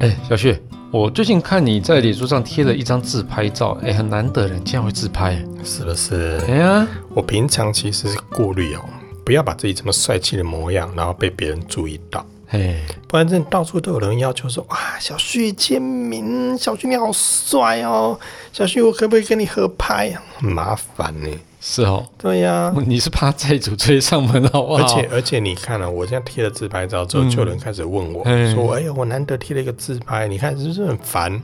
哎，小旭，我最近看你在脸书上贴了一张自拍照，哎，很难得人竟然会自拍。是不是？哎呀，我平常其实是顾虑哦，不要把自己这么帅气的模样，然后被别人注意到，哎，不然真的到处都有人要求说，哇，小旭签名，小旭你好帅哦，小旭我可不可以跟你合拍？很麻烦呢。是哦，对呀、你是怕债主追上门好不好？而且而且你看了、哦我现在贴了自拍照之后，就有人开始问我、嗯嘿说：“哎呀，我难得贴了一个自拍，你看是不是很烦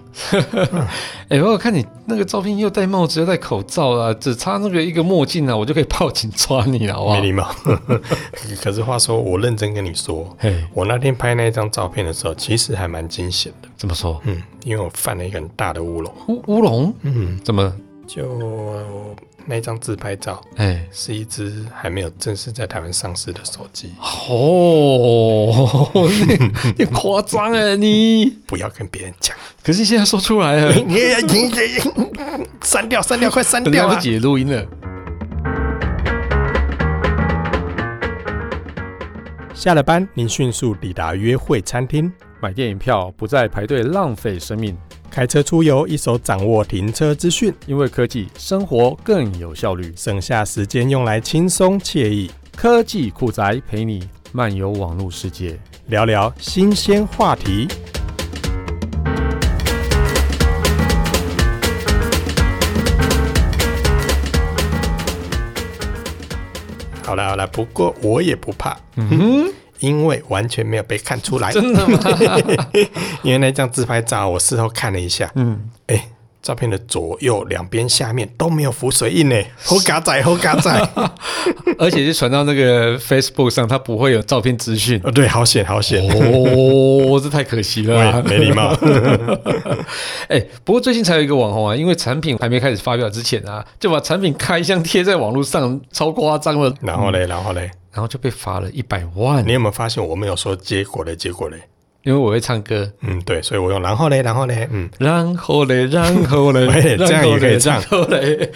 哎、我有看你那个照片又戴帽子又戴口罩啊，只差那个一个墨镜啊，我就可以报警抓你了，好不好没？礼貌？” 可是话说，我认真跟你说嘿，我那天拍那张照片的时候，其实还蛮惊险的。怎么说？嗯，因为我犯了一个很大的乌龙。乌乌龙？嗯，怎么？就那张自拍照哎、是一只还没有正式在台湾上市的手机，哦，你你夸张哎你！不要跟别人讲。 可是现在说出来了，删掉，删掉，快删等掉来不啊！及也录音了。下了班，您迅速抵达约会餐厅。买电影票不再排队浪费生命，开车出游，一手掌握停车资讯，因为科技生活更有效率。省下时间用来轻松惬意，科技酷宅陪你漫游网络世界。聊聊新鲜话题。好了好了，不过我也不怕，嗯，因为完全没有被看出来。真的吗？ 因为那张自拍照，我事后看了一下，嗯，哎、照片的左右两边下面都没有浮水印呢，好嘎仔，好嘎 仔。而且是传到那个 Facebook 上，它不会有照片资讯。哦，对，好险，好险，哦，这太可惜了啊、喂没礼貌。哎、不过最近才有一个网红啊，因为产品还没开始发表之前啊，就把产品开箱贴在网络上，超夸张了，然后嘞，然后嘞，然后就被罚了一百万你。有没有发现我没有说结果嘞？结果嘞？因为我会唱歌，嗯，对，所以我用然后嘞，然后嘞，嗯，然后嘞，然后 嘞，喂这样也可以然后嘞。然后嘞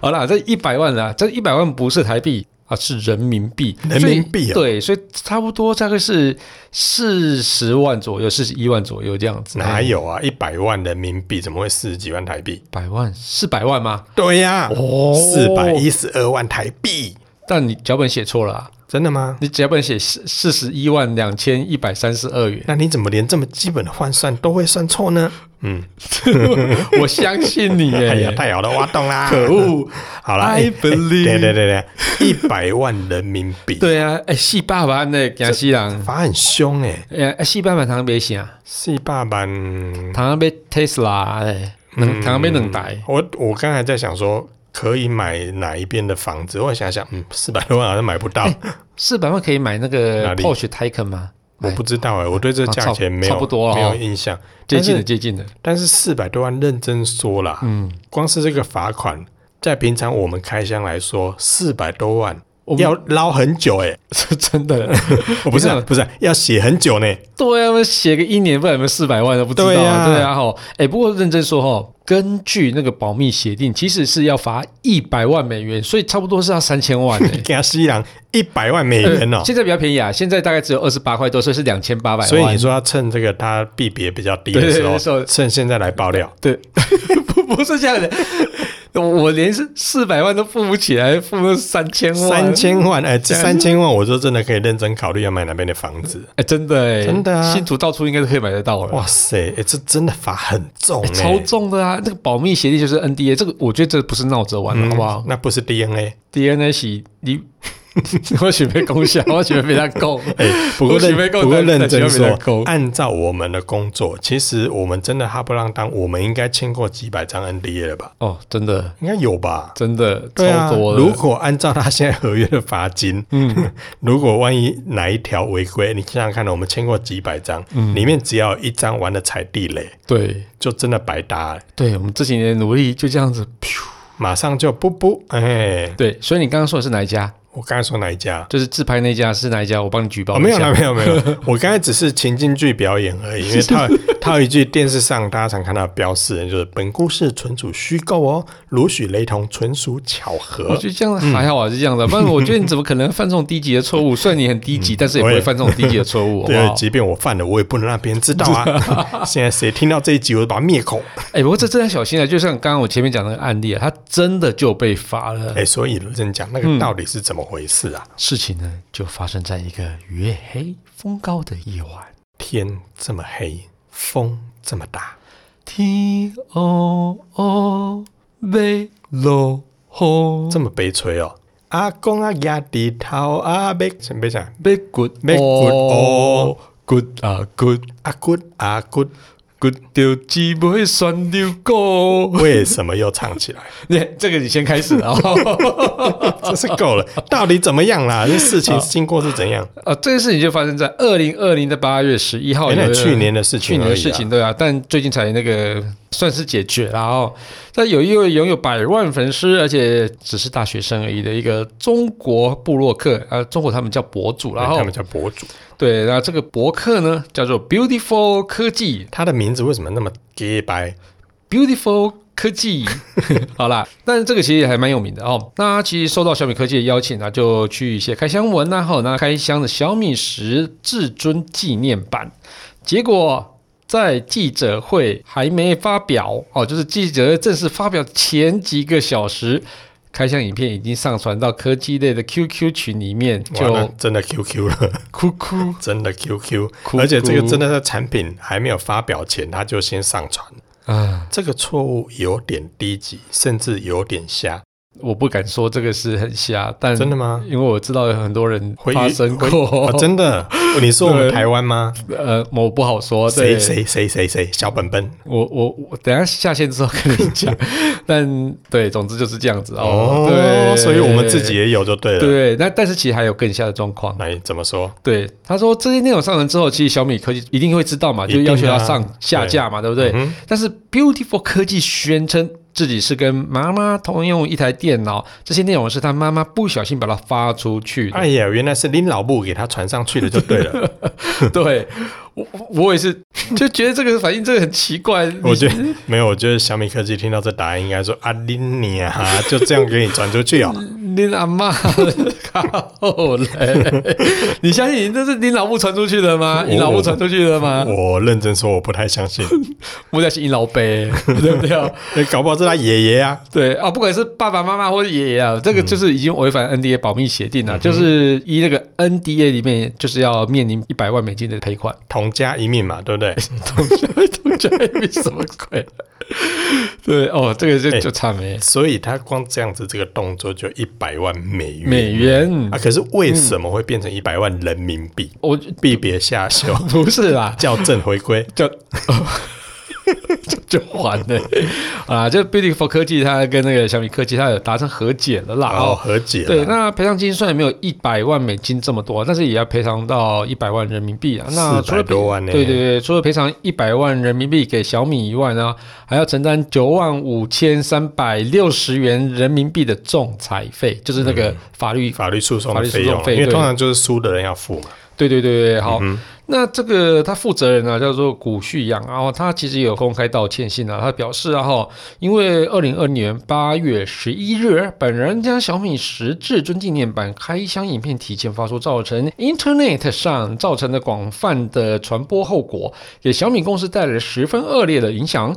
好啦，这一百万啊，这一百万不是台币啊，是人民币。人民币啊所以对，所以差不多大概是四十万左右，四十一万左右这样子。哪哎有啊？一百万人民币怎么会四十几万台币？百万？是百万吗？对呀、哦四百一十二万台币，但你脚本写错了啊、真的吗？你脚本写四四十一万两千一百三十二 元，那你怎么连这么基本的换算都会算错呢？嗯，我相信你耶！哎呀，太好了，挖洞啦！可恶！好啦， I 哎 believe 对对对对，一百万人民币，，对啊，哎、四百万呢，江西人，罚很凶哎，哎、哎四百万通别想，四百万。通别 Tesla 哎，嗯能通别能台，我我刚才在想说，可以买哪一边的房子？我想想，嗯，四百多万好像买不到，哎四百万可以买那个哪里 Porsche Taycan 吗？我不知道哎、我对这啊价差钱没有差不多了哦没有印象。接近但了，是接近了。但是四百多万，认真说啦，嗯，光是这个罚款，在平常我们开箱来说，四百多万我们要捞很久哎、 是真的，我不是啊你看不是啊要写很久呢，对啊，写个一年，不然有没有四百万都不知道对啊。啊对 啊，哈，哎，不过认真说哈，根据那个保密协定，其实是要罚一百万美元，所以差不多是要三千 万哎给他西洋一百万美呃元哦、现在比较便宜啊，现在大概只有二十八块多，所以是两千八百万。所以你说要趁这个它币别比较低对的对时对候，说趁现在来爆料，对， 不不是这样的，我我连是四百万都付不起来，付了三千万，三，千万，哎、这三千万，我就真的可以认真考虑要买哪边的房子。哎，真的哎，真的啊新竹到处应该都可以买得到了。哇塞，哎、这真的罚很重、哎哎，超重的啊！那个保密协定就是 NDA，这个我觉得这不是闹着玩的，嗯，好不好那不是 DNA。 ？DNA 洗你， 我准备 攻下，我准备被他攻。 哎、不过我准备认够不过但认但真喜说欢被他勾，按照我们的工作，其实我们真的哈不浪当，我们应该签过几百张 NDA 了吧？哦，真的，应该有吧？真的对啊超多，的。如果按照他现在合约的罚金，嗯， 如果万一哪一条违规，你想想看，我们签过几百张，里面只要有一张玩的踩地雷，对就真的白搭了，对，我们这几年的努力就这样子。噗马上就不不，哎、对，所以你刚刚说的是哪一家？我刚才说哪一家？就是自拍那家是哪一家？我帮你举报哦，一没有下啦，没有没有， 我刚才只是情境剧表演而已，因 为它它有一句电视上大家常看到的标示，就是本故事纯属虚构哦，如许雷同，纯属巧我合觉。得这样嗯还好啊，是 这样的。不然我觉得你怎么可能犯这种低级的错误？虽然你很低级，但是也不我会也犯这种低级的错误，好不对，好？即便我犯了，我也不能让别人知道 啊！现在谁听到这一集，我就把它灭口。哎、不过这真的要小心啊！就像刚刚我前面讲那个案例啊，他真的就被罚了。哎、所以认真讲，嗯那个到底是怎么回事啊？事情呢，就发生在一个月黑风高的夜晚。天这么黑，风这么大， T O O 被落红，这么悲催哦！阿公啊，压低头啊，别先别讲，被 good 被 good 哦 good 啊 good 阿姑阿姑， good 掉鸡不会酸掉狗。为什么又唱起来？ 那这个你先开始啊。真是够了！到底怎么样啦？这事情经过是怎样？啊，这件事情就发生在二零二零的八月十一号，哎那有一个去年的事情去年而的已啊事情对啊，但最近才那个算是解决了哦。但有一位拥有百万粉丝，而且只是大学生而已的一个中国部落客，呃，中国他们叫博主， 然后哎他们叫博主，对，然后这个博客呢叫做 Beautiful 科技他的名字为什么那么 gay 白？ ，Beautiful。科技， 好啦，但是这个其实还蛮有名的哦。那其实受到小米科技的邀请啊，就去写开箱文啊，好，那开箱的小米十至尊纪念版，结果在记者会还没发表哦，就是记者正式发表前几个小时，开箱影片已经上传到科技类的 QQ 群里面，哇，那就真的 QQ 了，哭哭。真的 QQ，哭而且这个真的在产品还没有发表前，他就先上传。啊，这个错误有点低级，甚至有点瞎。我不敢说这个是很瞎，但真的吗？因为我知道有很多人回忆发生回过，哦，真 的？你说我们对台湾吗？呃，我不好说。谁对，谁谁谁谁？小本本我我我等一下下线之后跟你 讲。但对，总之就是这样子哦。哦，对，所以我们自己也有就对了。对。那但是其实还有更下的状况。来怎么说？对，他说这些内容上传之后，其实小米科技一定会知道嘛，一定就啊要求他上下架嘛，对不对？嗯哼但是 Beautiful 科技宣称自己是跟妈妈同用一台电脑，这些内容是他妈妈不小心把它发出去的。哎呀，原来是拎老布给他传上去的就对了。 对我我也是，就觉得这个反应真的很奇怪。我觉得。得没有，我觉得小米科技听到这答案应该说啊，拎你啊，就这样给你转出 去哦。你阿妈靠嘞！你相信你这是你老母传出去的吗？你老母传出去的吗？我认真说，我不太相 信，我在信你老辈，对不对？哎搞不好是他爷爷啊。对啊，不管是爸爸妈妈或者爷爷啊，这个就是已经违反 NDA 保密协定了，就是依那个 NDA 里面就是要面临一百万美金的赔款。同家一命嘛，对不 对？同学，同学，你什么鬼？对哦，这个就就惨了。所以他光这样子这个动作就一百万美元美元啊！，可是为什么会变成一百万人民币？我币别下 修，不是啦，校正回归。就 就还了啊！就 Beautiful 科技，它跟那个小米科技，它有达成和解了啦。哦然后和解对，了，那赔偿金虽然没有一百万美金这么多，但是也要赔偿到一百万人民币啊。那除了400多万呢对对对，除了赔偿一百万人民币给小米以外呢，还要承担九万五千三百六十元人民币的仲裁费，就是那嗯个法律法律诉讼法的律诉费讼用啊，费因为对通常就是输的人要付嘛。对对对对，好。那这个他负责人呢、叫做古旭阳，然后他其实也有公开道歉信啊，他表示啊哈，因为二零二零年八月十一日，本人将小米十至尊纪念版开箱影片提前发出，造成 Internet 上造成的广泛的传播后果，给小米公司带来十分恶劣的影响。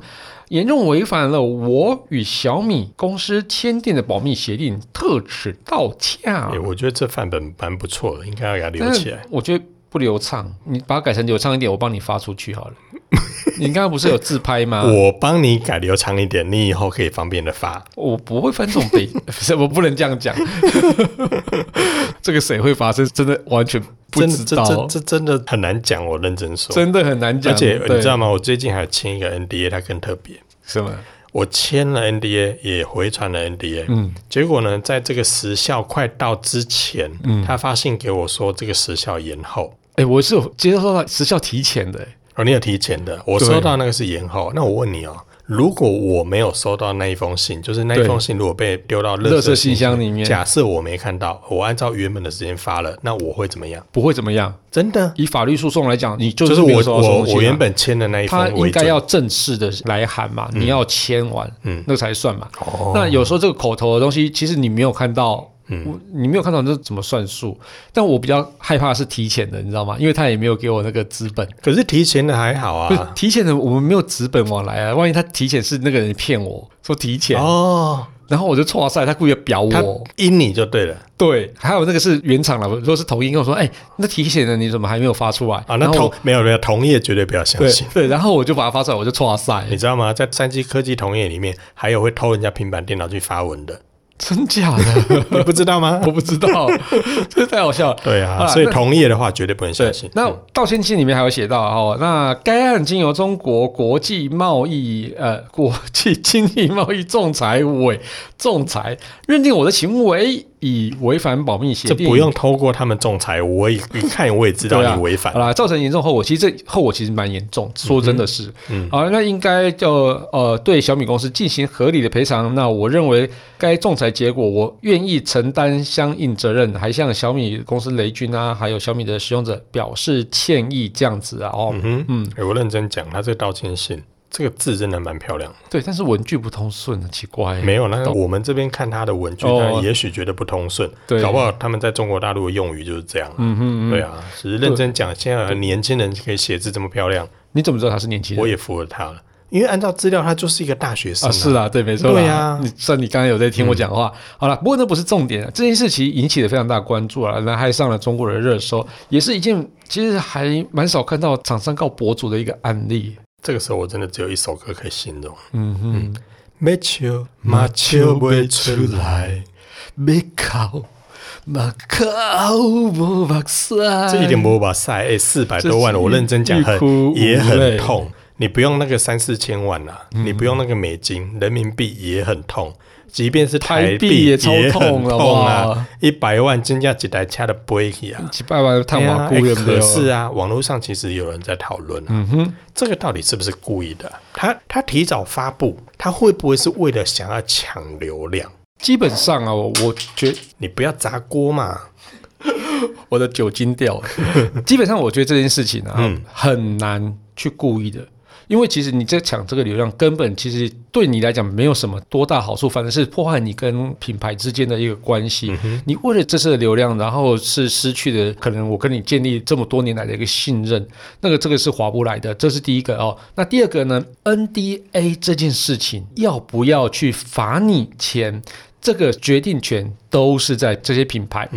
严重违反了我与小米公司签订的保密协定，特此道歉。啊哎，我觉得这范本蛮不错的，应该要给他留但起是来。我觉得不流畅，你把它改成流畅一点，我帮你发出去好了。 你刚刚不是有自拍吗？我帮你改流长一点，你以后可以方便的发。我不会翻这种北，不是 我不能这样讲。 这个谁会发生？真的完全不真的知这道这，这真的很难讲，我认真说。真的很难讲。而且你对知道吗？我最近还签一个 NDA，它更特别。什么？我签了 NDA，也回传了 NDA。嗯，结果呢，在这个时效快到之前，嗯他发信给我说这个时效延后。哎、我是有接收到时效提前的、哎哦，你有提前的，我对收到那个是延后。那我问你哦，如果我没有收到那一封信，就是那一对封信如果被丢到垃垃圾圾信箱里面假设我没看到，我按照原本的时间发了，那我会怎么样？不会怎么样。真的，以法律诉讼来讲，你就就是是没我有收到什我么信啊我原本签的那一封他为准，应该要正式的来函嘛，你要签完，嗯那个才算嘛。哦那有时候这个口头的东西，其实你没有看到，嗯我你没有看到这怎么算数？但我比较害怕的是提前的，你知道吗？因为他也没有给我那个资本。可是提前的还好不是啊。提前的，我们没有纸本往来啊！万一他提前是那个人骗我说提前，哦，然后我就错赛，他故意要表他我。阴你就对了对，还有那个是原厂了，如果是同意跟我说，哎、那提前的你怎么还没有发出来？啊。那然后同我没有没有同业绝对不要相对信。对，然后我就把它发出来，我就错赛，你知道吗？在三 G 科技同业里面，还有会偷人家平板电脑去发文的，真假的？你不知道吗？ 我不知道，这太好笑了。 对好啊，啦所以那同业的话绝对不能相对信，。那道歉信里面还有写到哦，那该案经由中国国际贸易呃国际经济贸易仲裁委仲裁认定我的行为已违反保密协这定，不用透过他们仲裁，我 也一看我也知对啊道你违反好。啦，造成严重后果，其实这后果其实蛮严重，说真的是，嗯好，那应该就呃对小米公司进行合理的赔偿。那我认为该仲裁结果，我愿意承担相应责任，还向小米公司雷军啊，还有小米的使用者表示歉意，这样子啊，哦，嗯哼，嗯嗯，我认真讲，他这个道歉信这个字真的蛮漂亮的。对，但是文句不通顺啊，奇怪，没有，那懂我们这边看他的文具，哦那也许觉得不通顺，对搞不好他们在中国大陆的用语就是这样。嗯哼嗯对哼，啊，只是认真讲，现在年轻人可以写字这么漂亮，你怎么知道他是年轻我人？也服了他了。因为按照资料，他就是一个大学生、啊，是啦，对，没错啦。对嗯啊你算你刚才有在听我讲话。好了，不过那不是重点，啊这件事其实引起了非常大关注啊，那还上了中国的热搜，也是一件其实还蛮少看到厂商告博主的一个案例。这个时候我真的只有一首歌可以形容，嗯哼，没球，马球未出来，没考，马考无目屎，这一点没把赛，哎、四百这多万了，是我认真讲欲很哭无也很泪嗯痛。你不用那个三四千万啦、啊你不用那个美金，人民币也很痛。即便是台台币币也超很痛了痛哇啊！一百万增加几台车的不会去啊！几百万探哎瓦呀固哎有没可有？是啊，网络上其实有人在讨论、啊，嗯哼，这个到底是不是故意的啊？他他提早发布，他会不会是为了想要抢流量？基本上啊，我我觉你不要砸锅嘛！我的酒精掉了。 基本上，我觉得这件事情啊，嗯很难去故意的，因为其实你在抢这个流量，根本其实对你来讲没有什么多大好处，反正是破坏你跟品牌之间的一个关系。你为了这次的流量，然后是失去了可能我跟你建立这么多年来的一个信任，那个这个是划不来的，这是第一个哦。那第二个呢？NDA 这件事情要不要去罚你钱？这个决定权都是在这些品牌，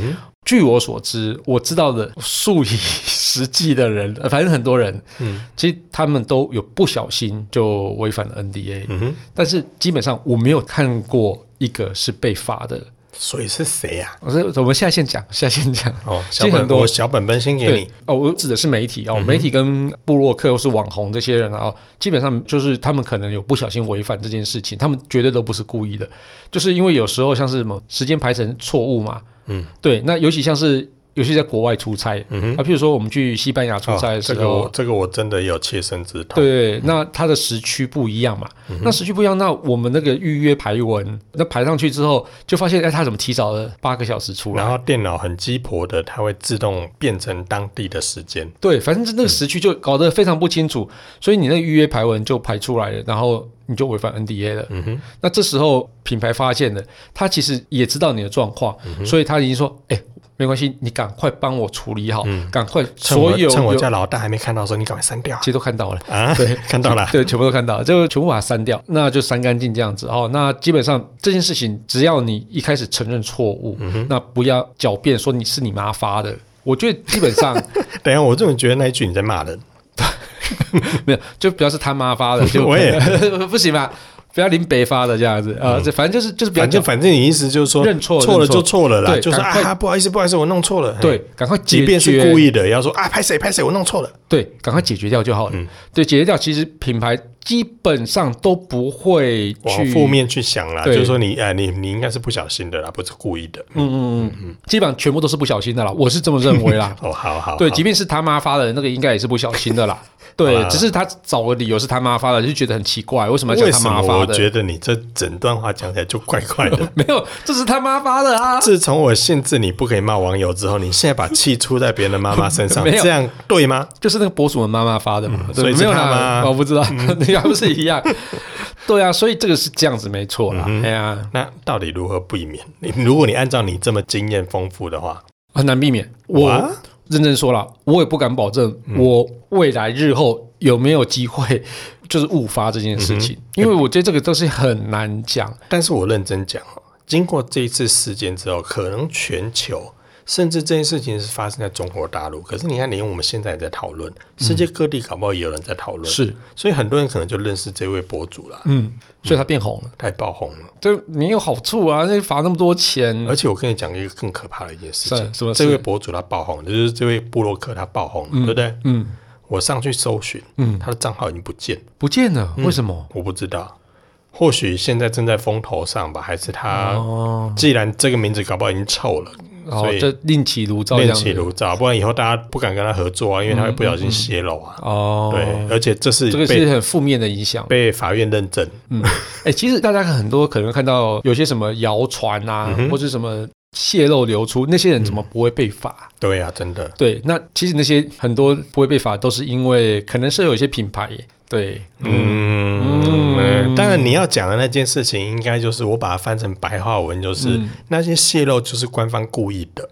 据我所知，我知道的数以十计的人，呃反正很多人，嗯，其实他们都有不小心就违反了 NDA，、嗯哼，但是基本上我没有看过一个是被罚的。所以是谁呀、我说我们下线讲，下线讲。啊？哦，其小实很本多我小本本先给对你。哦，我指的是媒体哦，嗯媒体跟布洛克或是网红这些人啊、哦，基本上就是他们可能有不小心违反这件事情，他们绝对都不是故意的，就是因为有时候像是什么时间排程错误嘛，嗯，对，那尤其像是尤其在国外出差，嗯哼啊，譬如说我们去西班牙出差哦的时这个候，我这个我真的有切身之痛。对，那它的时区不一样嘛，嗯那时区不一样，那我们那个预约排文，那排上去之后，就发现哎，他怎么提早了八个小时出然来？后电脑很鸡婆的，它会自动变成当地的时间。对，反正那个时区就搞得非常不清楚，所以你那个预约排文就排出来了，然后你就违反 NDA 了。嗯哼，那这时候品牌发现了，他其实也知道你的状况，嗯所以他已经说，哎、没关系，你赶快帮我处理好，赶快嗯趁我所有趁我有家老大还没看到的时候，你赶快删掉其实都看到了。啊！对，看到 了。对，全部都看到，就全部把它删掉，那就删干净这样子哦。那基本上这件事情，只要你一开始承认错误，嗯那不要狡辩说你是你妈发的。我觉得基本上等一下，我怎么觉得那一句你在骂人？没有，就不要是他妈 发的，就我也 嗯不行吧？不要林北发的这样子啊，这、反正就是就是不要反正讲反正你意思就是说认错错了认错就错了啦，对就是赶快啊不好意思不好意思我弄错了。对，赶快解哎即决，便是故意的，也要说啊，拍谁拍谁，我弄错了。对，赶快解决掉就好了。对，解决掉，其实品牌基本上都不会往去负。面去想啦，就对是说你哎、你你应该是不小心的啦，不是故意的。嗯，。嗯嗯嗯，基本上全部都是不小心的啦，我是这么认为啦哦， 好好，对，好即便是他妈发的那个，应该也是不小心的啦。 好对，啦只是他找的理由是他妈发的，就觉得很奇怪，为什么要为讲他什妈么发我的？？觉得你这整段话讲起来就怪怪的 没有，这是他妈发的啊！自从我限制你不可以骂网友之后，你现在把气出在别人的妈妈身上， 没有这样对吗？就是那个博主的妈妈发的嘛，嗯对所以是没有他嗯啦，妈我不知道， 你还不是一样？对啊，所以这个是这样子没错啦。嗯哎呀，那到底如何避免？你如果你按照你这么经验丰富的话，很难避免。我哇嗯认真说了，我也不敢保证我未来日后有没有机会 就是误发这件事情，嗯因为我觉得这个都是很难讲。但是我认真讲哦，经过这一次事件之后，可能全球甚至这件事情是发生在中国大陆，可是你看，连我们现在也在讨论，世界各地搞不好也有人在讨论，嗯是，所以很多人可能就认识这位博主了，嗯，所以他变红了，太爆红了。这没有好处啊，那罚那么多钱，而且我跟你讲一个更可怕的一件事嗯是情，什么事这位博主他爆红，就是这位布洛克他爆红，对不对？嗯，我上去搜寻，嗯，他的账号已经不见了，不见了，嗯为什么？我不知道。或许现在正在风头上吧，还是他？哦，既然这个名字搞不好已经臭了，然后所以这另起炉灶这练样起子，炉灶，不然以后大家不敢跟他合作啊，因为他会不小心泄露啊。哦，对，而且这是这个被是很负面的影响。被法院认证，哎、其实大家很多可能看到有些什么谣传嗯啊，或者什么泄露流出，那些人怎么不会被罚？对啊，真的。对，那其实那些很多不会被罚，都是因为可能是有一些品牌对，嗯，呃当然你要讲的那件事情，应该就是我把它翻成白话文，就是、嗯那些泄露就是官方故意的，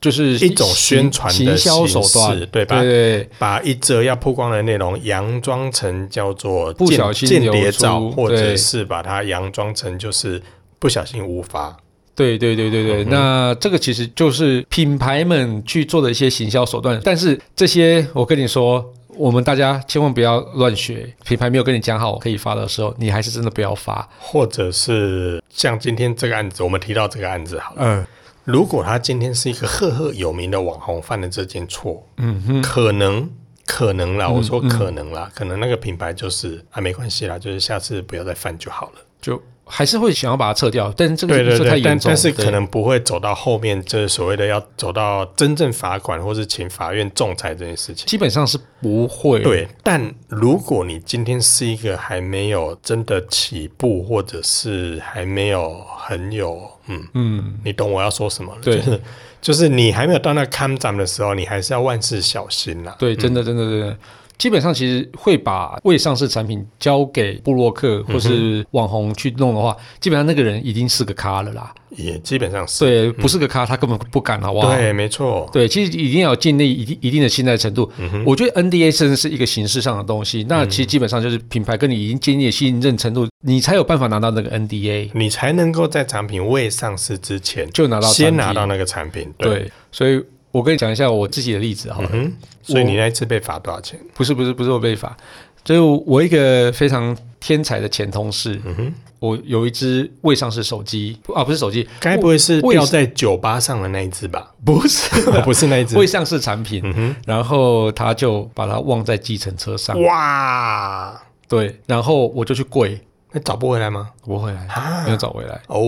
就是一种宣传行的行销手形式段，对吧对，把一则要曝光的内容佯装成叫做不间小心间流谍出照，或者对是把它佯装成就是不小心无法。对对对对嗯对，那这个其实就是品牌们去做的一些行销手段，但是这些我跟你说。我们大家千万不要乱学，品牌没有跟你讲好可以发的时候，你还是真的不要发。或者是像今天这个案子，我们提到这个案子好了。嗯如果他今天是一个赫赫有名的网红犯了这件错，嗯哼，可能可能啦，我说可能啦，可能那个品牌就是啊，没关系啦，就是下次不要再犯就好了。就还是会想要把它撤掉，但是这个对对这太对，严但重，但是对可能不会走到后面，就是所谓的要走到真正罚款或是请法院仲裁这件事情。基本上是不会。，对，但如果你今天是一个还没有真的起步，或者是还没有很有嗯嗯，你懂我要说什么了？对就是就是你还没有到那看展的时候，你还是要万事小心啊啦。对，真的真的真的，基本上其实会把未上市产品交给布洛克或是网红去弄的话，基本上那个人已经是个咖了啦。也基本上是对，不是个咖，他根本不敢，好不好？对，没错。对，其实一定要有建立一定一定的信赖程度。嗯我觉得 NDA 甚至是一个形式上的东西，那其实基本上就是品牌跟你已经建立了信任程度，你才有办法拿到那个 NDA，你才能够在产品未上市之前就拿到先产拿品到那个产品。对，所以我跟你讲一下我自己的例子好了。嗯，所以你那一次被罚多少钱？不是不是不是我被罚，就是我一个非常天才的前同事，嗯哼，我有一只未上市手机啊，不是手机，该不会是我掉在酒吧上的那一只吧？不是 不是那嗯一只。未上市产品，然后他就把它忘在计程车上，哇，对，然后我就去跪，那找不回来吗？我回来啊没有找回来，哦，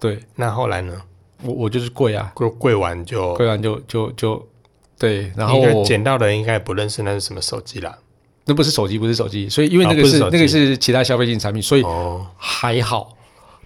对那后来呢？我我就是跪啊，跪跪完就，跪完就就就对，然后应该我捡到的人应该也不认识那是什么手机啦。那不是手机，不是手机，所以因为哦那个不是是手那个机是其他消费性产品，所以哦，还好。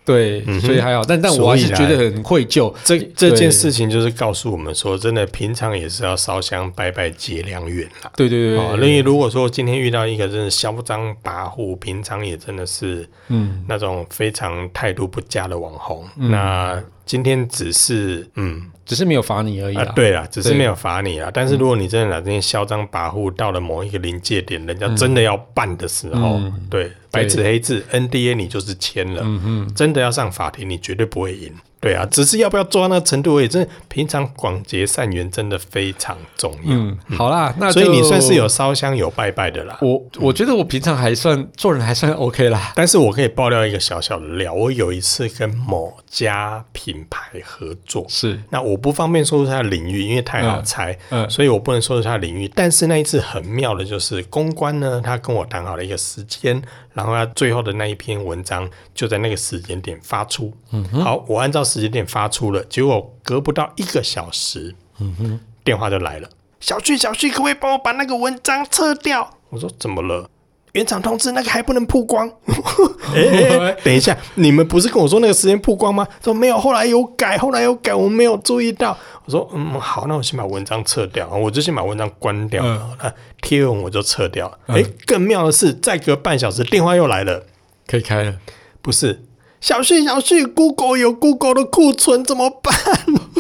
对，嗯哼所以还好，但但我还是所以觉来得很愧疚。这这对件事情就是告诉我们说，真的平常也是要烧香拜拜结良缘啦。对对对哦，对，因为如果说今天遇到一个真的嚣张跋扈，平常也真的是嗯，那种非常态度不佳的网红，那今天只是嗯只是没有罚你而已啊啦。对啦，只是对嗯没有罚你啦。但是如果你真的把这些嚣张跋扈到了某一个临界点，人家嗯真的要办的时候，对白纸黑字 NDA 你就是签了，嗯真的要上法庭，你绝对不会赢。对啊，只是要不要做到那个程度而已。真的，平常广结善缘真的非常重要。嗯，好啦，那就所以你算是有烧香有拜拜的啦。我，我觉得我平常还算做人还算 OK 啦。但是我可以爆料一个小小的料，我有一次跟某家品牌合作，是那我我不方便说出它的领域，因为太好猜，嗯嗯所以我不能说出它的领域。但是那一次很妙的就是，公关呢，他跟我谈好了一个时间，然后他最后的那一篇文章就在那个时间点发出。嗯、好，我按照时间点发出了，结果隔不到一个小时，嗯电话就来了。小旭，小旭，可不可以帮我把那个文章撤掉？我说怎么了？原厂通知那个还不能曝光。 哎、哎哎等一下，你们不是跟我说那个时间曝光吗？说没有，后来有改，后来有改，我没有注意到。我说嗯，好，那我先把文章撤掉，我就先把文章关掉了。那贴文我就撤掉了。哎、更妙的是，再隔半小时电话又来了。可以开了。不是，小旭，小旭，Google 有 Google 的库存怎么办？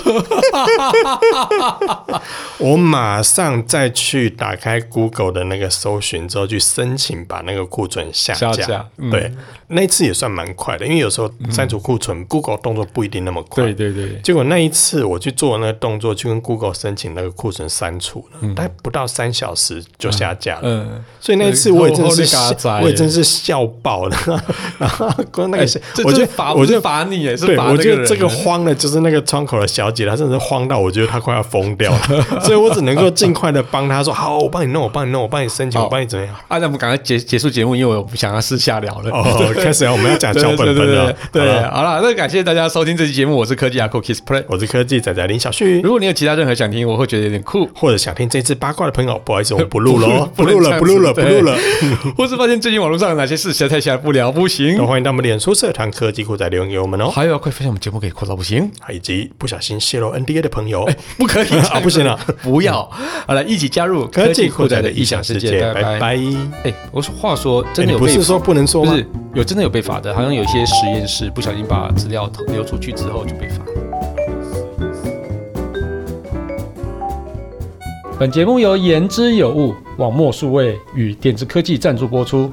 我马上再去打开 Google 的那个搜寻之后，去申请把那个库存下架。下架嗯对，那一次也算蛮快的，因为有时候删除库存、g o o g l e 动作不一定那么快。对对对，结果那一次我去做那个动作，去跟 Google 申请那个库存删除了，大概不到三小时就下架了。嗯，所以那一次我也真是对后后力嘎笑仔耶我也真是笑爆了。 然后光那个笑，这我觉这得罚我觉不是得。罚你也是对，罚我那觉得人这个的慌的，就是那个窗口的小姐，她真的是慌到，我觉得她快要疯掉了，所以我只能够尽快的帮她说，好，我帮你弄，我帮你弄，我帮你申请，好我帮你怎么样？啊，那我们赶快结结束节目，因为我不想要私下聊了。哦，开始啊，我们要 讲小本本了。对，好对了好了，那感谢大家收听这期节目，我是科技阿酷 Kiss Play。我是科技仔仔林小旭，如果你有其他任何想听，我会觉得有点酷， 或者想听这次八卦的朋友，不好意思，我们不录了，不不能录这样了，不录了，子不录了。或是发现最近网络上有哪些事实在太瞎不聊不行 都，欢迎到我们脸书社团科技酷仔留言给我们哦，还有快分享我们节目给扩到不行，以及不小心泄露 NDA 的朋友，不可以 啊，不行了。 不要，好了，一起加入科技酷仔仔的异想世界，拜拜。拜。哎，我说话说真哎的你有不被是说不能说不吗？是有真的有被罚的，好像有些实验室不小心把资料流出去之后就被罚。本节目由言之有物、网墨数位与点子科技赞助播出，